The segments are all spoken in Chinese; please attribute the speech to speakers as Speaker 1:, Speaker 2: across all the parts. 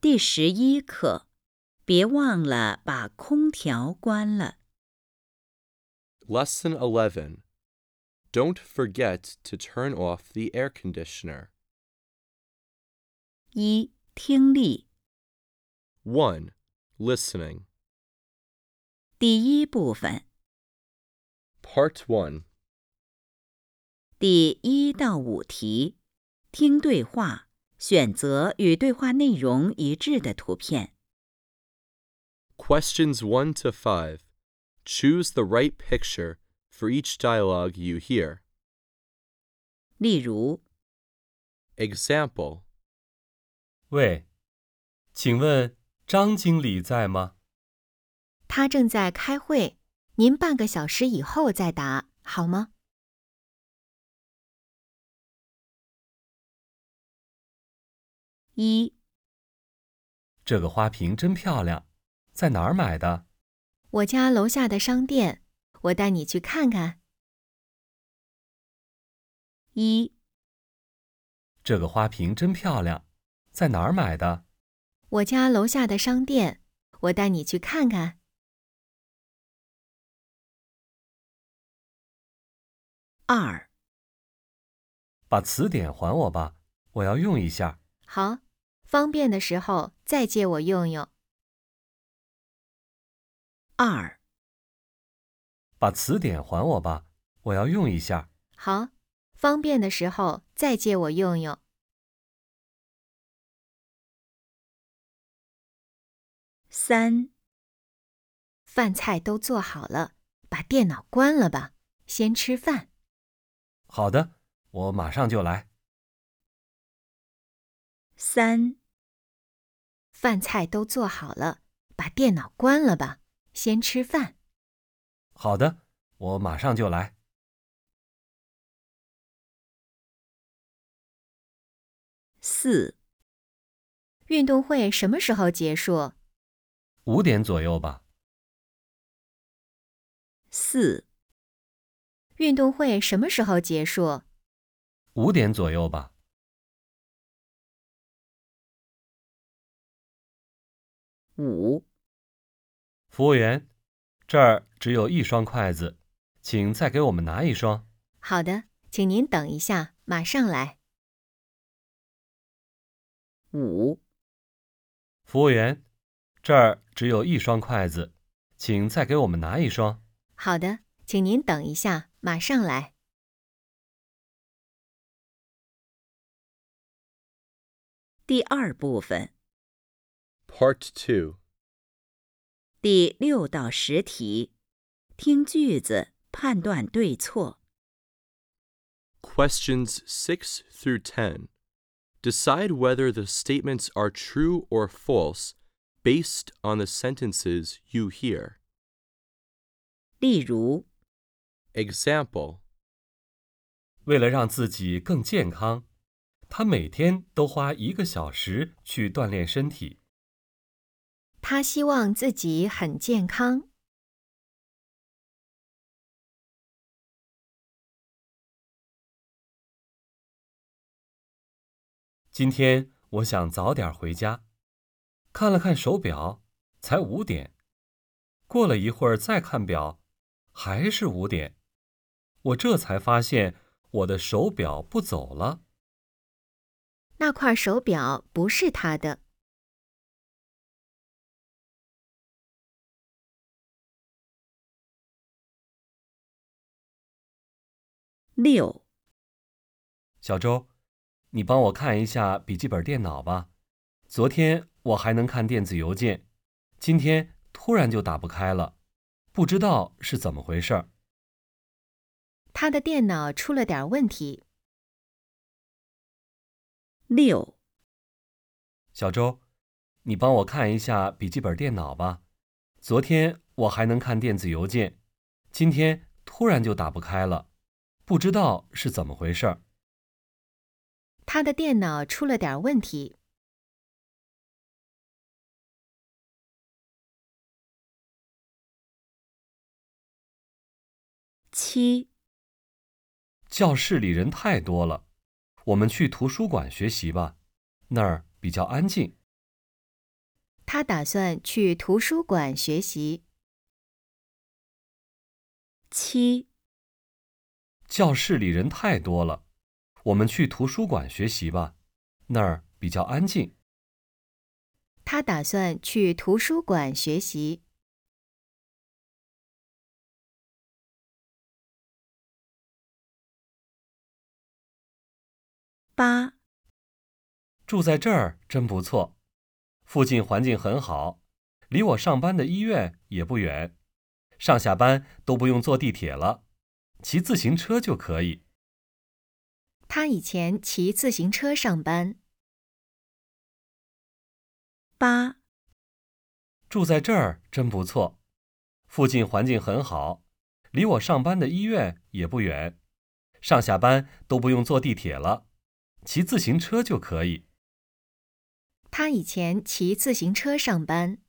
Speaker 1: 第十一课，别忘了把空调关了。
Speaker 2: Lesson 11 Don't forget to turn off the air conditioner.
Speaker 1: 一、听力
Speaker 2: 1. Listening.
Speaker 1: 第一部分
Speaker 2: Part 1.
Speaker 1: 第一到五题，听对话，选择与对话内容一致的图片。
Speaker 2: Questions 1 to 5. Choose the right picture for each dialogue you hear.
Speaker 1: 例如，
Speaker 2: Example
Speaker 3: 喂，请问张经理在吗？
Speaker 4: 他正在开会，您半个小时以后再答好吗？
Speaker 1: 一、
Speaker 3: 这个花瓶真漂亮，在哪儿买的？
Speaker 4: 我家楼下的商店，我带你去看看。
Speaker 1: 一、
Speaker 3: 这个花瓶真漂亮，在哪儿买的？
Speaker 4: 我家楼下的商店，我带你去看看。
Speaker 1: 二、
Speaker 3: 把词典还我吧，我要用一下。
Speaker 4: 好，方便的时候再借我用用。
Speaker 1: 二、
Speaker 3: 把词典还我吧，我要用一下。
Speaker 4: 好，方便的时候再借我用用。
Speaker 1: 三、
Speaker 4: 饭菜都做好了，把电脑关了吧，先吃饭。
Speaker 3: 好的，我马上就来。
Speaker 1: 三、
Speaker 4: 饭菜都做好了，把电脑关了吧，先吃饭。
Speaker 3: 好的，我马上就来。
Speaker 1: 四、
Speaker 4: 运动会什么时候结束？
Speaker 3: 五点左右吧。
Speaker 1: 四、
Speaker 4: 运动会什么时候结束？
Speaker 3: 五点左右吧。
Speaker 1: 五、
Speaker 3: 服务员，这儿只有一双筷子，请再给我们拿一双。
Speaker 4: 好的，请您等一下，马上来。
Speaker 1: 五、
Speaker 3: 服务员，这儿只有一双筷子，请再给我们拿一双。
Speaker 4: 好的，请您等一下，马上来。
Speaker 1: 第二部分
Speaker 2: Part 2.
Speaker 1: 第六到十题，听句子判断对错。
Speaker 2: Questions 6 through 10. Decide whether the statements are true or false based on the sentences you hear.
Speaker 1: 例如，
Speaker 2: Example
Speaker 3: 为了让自己更健康，他每天都花一个小时去锻炼身体。
Speaker 4: 他希望自己很健康。
Speaker 3: 今天我想早点回家，看了看手表，才五点。过了一会儿再看表，还是五点。我这才发现我的手表不走了。
Speaker 4: 那块手表不是他的。
Speaker 1: 六、
Speaker 3: 小周，你帮我看一下笔记本电脑吧。昨天我还能看电子邮件，今天突然就打不开了，不知道是怎么回事儿。
Speaker 4: 他的电脑出了点问题。
Speaker 1: 六、
Speaker 3: 小周，你帮我看一下笔记本电脑吧。昨天我还能看电子邮件，今天突然就打不开了，不知道是怎么回事儿。
Speaker 4: 他的电脑出了点问题。
Speaker 1: 七、
Speaker 3: 教室里人太多了，我们去图书馆学习吧，那儿比较安静。
Speaker 4: 他打算去图书馆学习。
Speaker 1: 七、
Speaker 3: 教室里人太多了，我们去图书馆学习吧，那儿比较安静。
Speaker 4: 他打算去图书馆学习。
Speaker 1: 八、
Speaker 3: 住在这儿真不错，附近环境很好，离我上班的医院也不远，上下班都不用坐地铁了，骑自行车就可以。
Speaker 4: 他以前骑自行车上班。
Speaker 1: 八、
Speaker 3: 住在这儿真不错，附近环境很好，离我上班的医院也不远，上下班都不用坐地铁了，骑自行车就可以。
Speaker 4: 他以前骑自行车上班。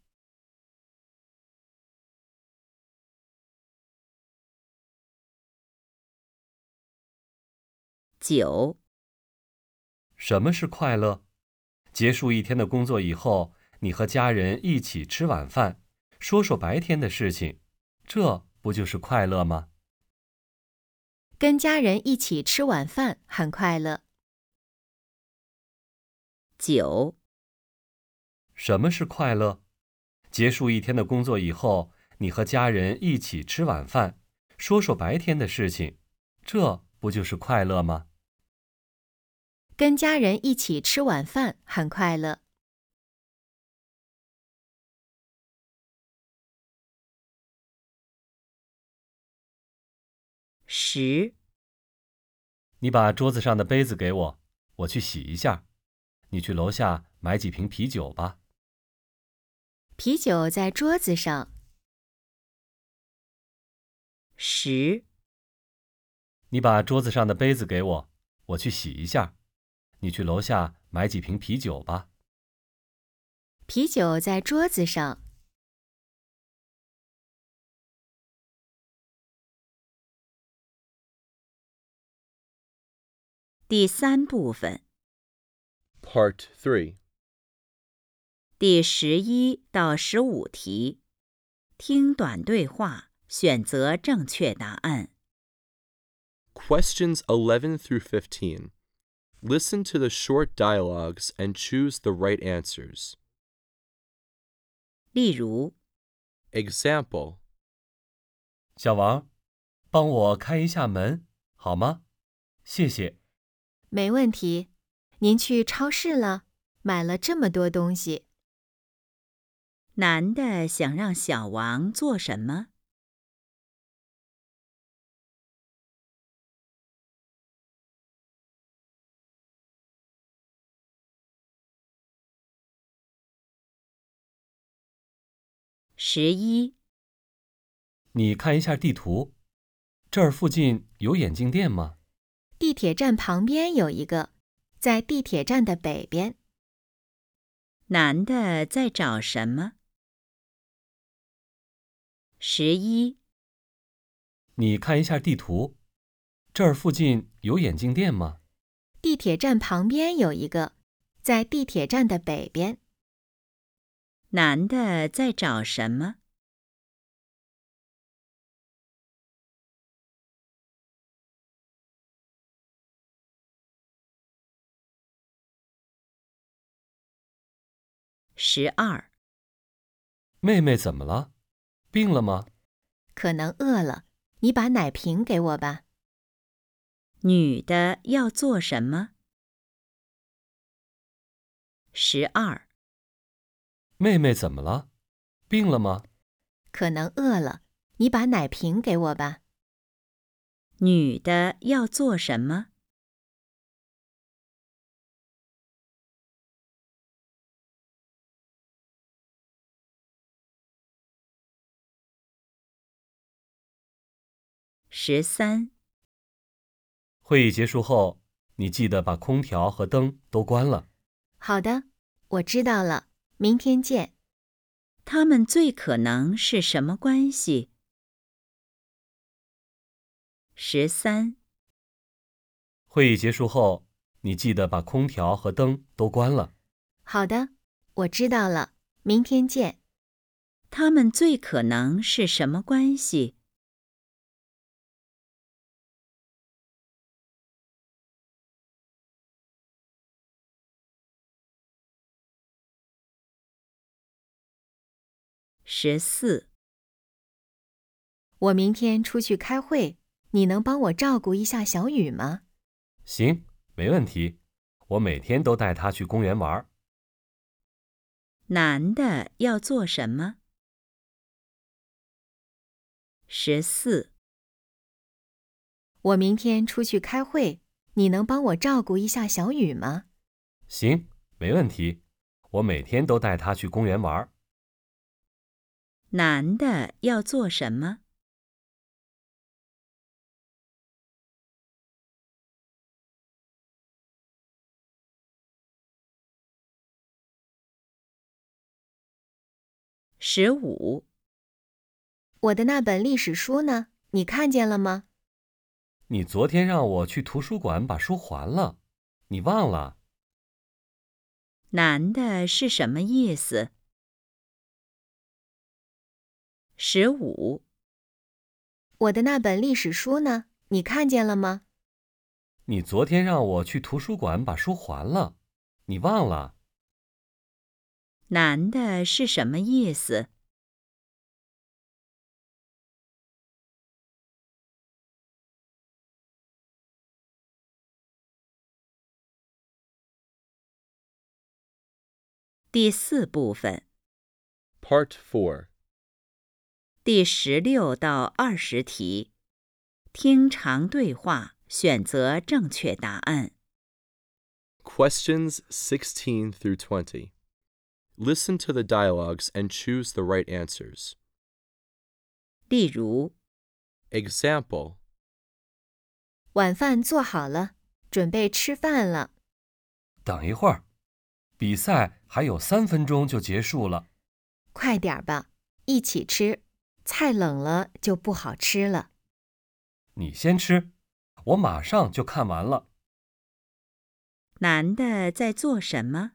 Speaker 1: 九、
Speaker 3: 什么是快乐？结束一天的工作以后，你和家人一起吃晚饭，说说白天的事情，这不就是快乐吗？
Speaker 4: 跟家人一起吃晚饭很快乐。
Speaker 1: 九、
Speaker 3: 什么是快乐？结束一天的工作以后，你和家人一起吃晚饭，说说白天的事情，这不就是快乐吗？
Speaker 4: 跟家人一起吃晚饭很快乐。
Speaker 1: 十、
Speaker 3: 你把桌子上的杯子给我，我去洗一下。你去楼下买几瓶啤酒吧。
Speaker 4: 啤酒在桌子上，
Speaker 1: 十、
Speaker 3: 你把桌子上的杯子给我，我去洗一下。你去楼下买几瓶啤酒吧。
Speaker 4: 啤酒在桌子上，
Speaker 1: 第三部分
Speaker 2: Part 3.
Speaker 1: 第十一到十五题，听短对话，选择正确答案。
Speaker 2: Questions 11 through 15. Listen to the short dialogues and choose the right answers.
Speaker 1: 例如，
Speaker 2: Example
Speaker 3: 小王，帮我开一下门好吗？谢谢。
Speaker 4: 没问题。您去超市了，买了这么多东西，
Speaker 1: 男的想让小王做什么？十一、
Speaker 3: 你看一下地图，这儿附近有眼镜店吗？
Speaker 4: 地铁站旁边有一个，在地铁站的北边。
Speaker 1: 男的在找什么？十一、
Speaker 3: 你看一下地图，这儿附近有眼镜店吗？
Speaker 4: 地铁站旁边有一个，在地铁站的北边。
Speaker 1: 男的在找什么？十二、
Speaker 3: 妹妹怎么了？病了吗？
Speaker 4: 可能饿了，你把奶瓶给我吧。
Speaker 1: 女的要做什么？十二、
Speaker 3: 妹妹怎么了？病了吗？
Speaker 4: 可能饿了，你把奶瓶给我吧。
Speaker 1: 女的要做什么？十三、
Speaker 3: 会议结束后，你记得把空调和灯都关了。
Speaker 4: 好的，我知道了，明天见。
Speaker 1: 他们最可能是什么关系？十三、
Speaker 3: 会议结束后，你记得把空调和灯都关了。
Speaker 4: 好的，我知道了，明天见。
Speaker 1: 它们最可能是什么关系？十四。
Speaker 4: 我明天出去开会，你能帮我照顾一下小雨吗？
Speaker 3: 行，没问题。我每天都带他去公园玩儿。
Speaker 1: 男的要做什么？十四，
Speaker 4: 我明天出去开会，你能帮我照顾一下小雨吗？
Speaker 3: 行，没问题。我每天都带他去公园玩儿。
Speaker 1: 男的要做什么？十五，
Speaker 4: 我的那本历史书呢？你看见了吗？
Speaker 3: 你昨天让我去图书馆把书还了，你忘了？
Speaker 1: 男的是什么意思？十五，
Speaker 4: 我的那本历史书呢？你看见了吗？
Speaker 3: 你昨天让我去图书馆把书还了，你忘了？
Speaker 1: 男的是什么意思？第四部分
Speaker 2: Part 4.
Speaker 1: 第十六到二十题，听长对话，选择正确答案。
Speaker 2: Questions 16 through 20. Listen to the dialogues and choose the right answers.
Speaker 1: 例如，
Speaker 2: Example
Speaker 4: 晚饭做好了，准备吃饭了。
Speaker 3: 等一会儿，比赛还有三分钟就结束了。
Speaker 4: 快点儿吧，一起吃。菜冷了就不好吃了。
Speaker 3: 你先吃，我马上就看完了。
Speaker 1: 男的在做什么？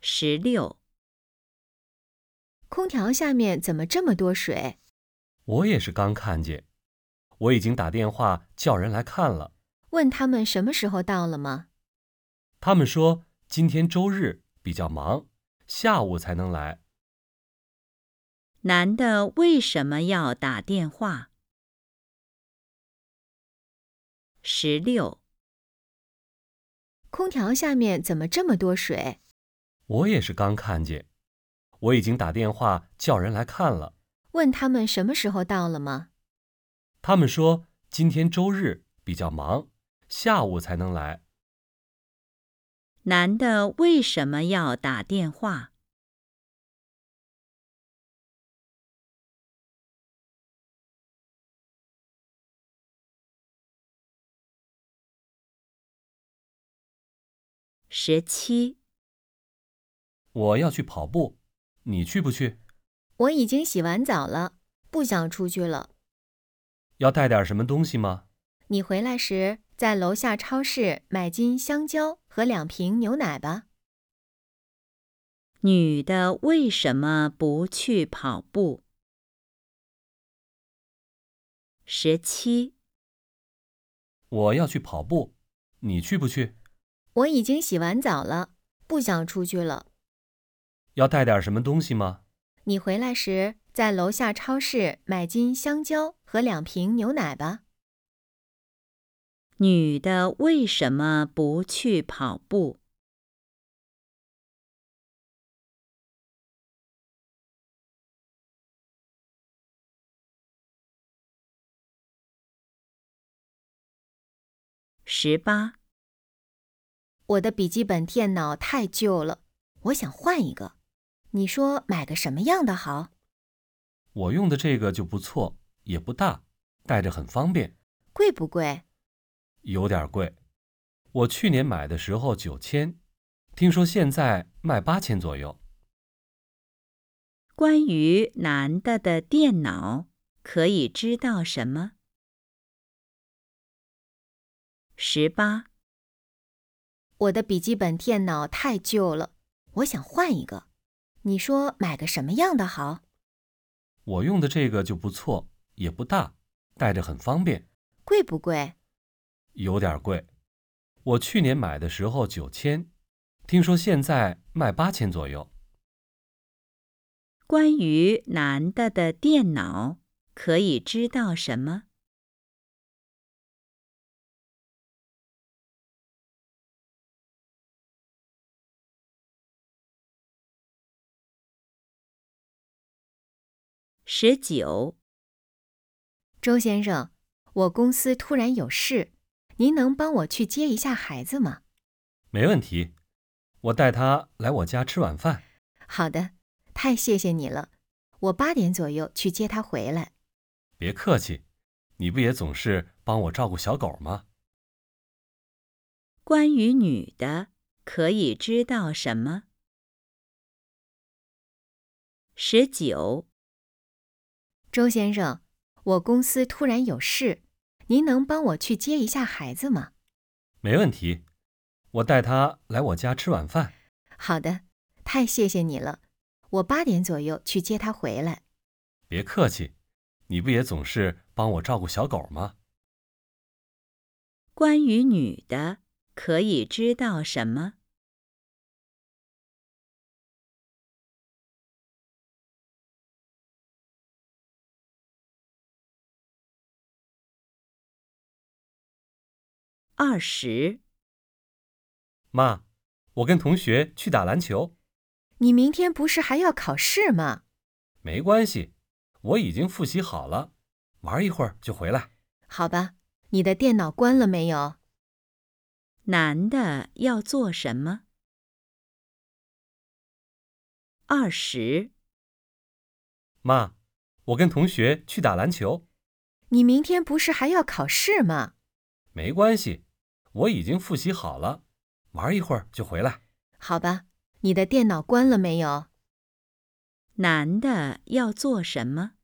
Speaker 1: 十六，
Speaker 4: 空调下面怎么这么多水？
Speaker 3: 我也是刚看见，我已经打电话叫人来看了。
Speaker 4: 问他们什么时候到了吗？
Speaker 3: 他们说今天周日比较忙，下午才能来。
Speaker 1: 男的为什么要打电话？十六，
Speaker 4: 空调下面怎么这么多水？
Speaker 3: 我也是刚看见，我已经打电话叫人来看了。
Speaker 4: 问他们什么时候到了吗？
Speaker 3: 他们说今天周日比较忙，下午才能来。
Speaker 1: 男的为什么要打电话？十七。
Speaker 3: 我要去跑步，你去不去？
Speaker 4: 我已经洗完澡了，不想出去了。
Speaker 3: 要带点什么东西吗？
Speaker 4: 你回来时在楼下超市买斤香蕉和两瓶牛奶吧。
Speaker 1: 女的为什么不去跑步？十七，
Speaker 3: 我要去跑步，你去不去？
Speaker 4: 我已经洗完澡了，不想出去了。
Speaker 3: 要带点什么东西吗？
Speaker 4: 你回来时在楼下超市买斤香蕉和两瓶牛奶吧。
Speaker 1: 女的为什么不去跑步？十八，
Speaker 4: 我的笔记本电脑太旧了，我想换一个。你说买个什么样的好？
Speaker 3: 我用的这个就不错，也不大，带着很方便，
Speaker 4: 贵不贵？
Speaker 3: 有点贵。我去年买的时候九千，听说现在卖八千左右。
Speaker 1: 关于男的的电脑可以知道什么？十八，
Speaker 4: 我的笔记本电脑太旧了，我想换一个。你说买个什么样的好？
Speaker 3: 我用的这个就不错，也不大，带着很方便，
Speaker 4: 贵不贵？
Speaker 3: 有点贵。我去年买的时候九千，听说现在卖八千左右。
Speaker 1: 关于男的的电脑可以知道什么？十九，
Speaker 4: 周先生，我公司突然有事，您能帮我去接一下孩子吗？
Speaker 3: 没问题，我带他来我家吃晚饭。
Speaker 4: 好的，太谢谢你了。我八点左右去接他回来。
Speaker 3: 别客气，你不也总是帮我照顾小狗吗？
Speaker 1: 关于女的可以知道什么？十九。
Speaker 4: 周先生，我公司突然有事，您能帮我去接一下孩子吗？
Speaker 3: 没问题，我带他来我家吃晚饭。
Speaker 4: 好的，太谢谢你了。我八点左右去接他回来。
Speaker 3: 别客气，你不也总是帮我照顾小狗吗？
Speaker 1: 关于女的可以知道什么？二十，
Speaker 3: 妈，我跟同学去打篮球，
Speaker 4: 你明天不是还要考试吗？
Speaker 3: 没关系，我已经复习好了，玩一会儿就回来。
Speaker 4: 好吧，你的电脑关了没有？
Speaker 1: 男的要做什么？二十，
Speaker 3: 妈，我跟同学去打篮球，
Speaker 4: 你明天不是还要考试吗？
Speaker 3: 没关系，我已经复习好了，玩一会儿就回来。
Speaker 4: 好吧，你的电脑关了没有？
Speaker 1: 男的要做什么？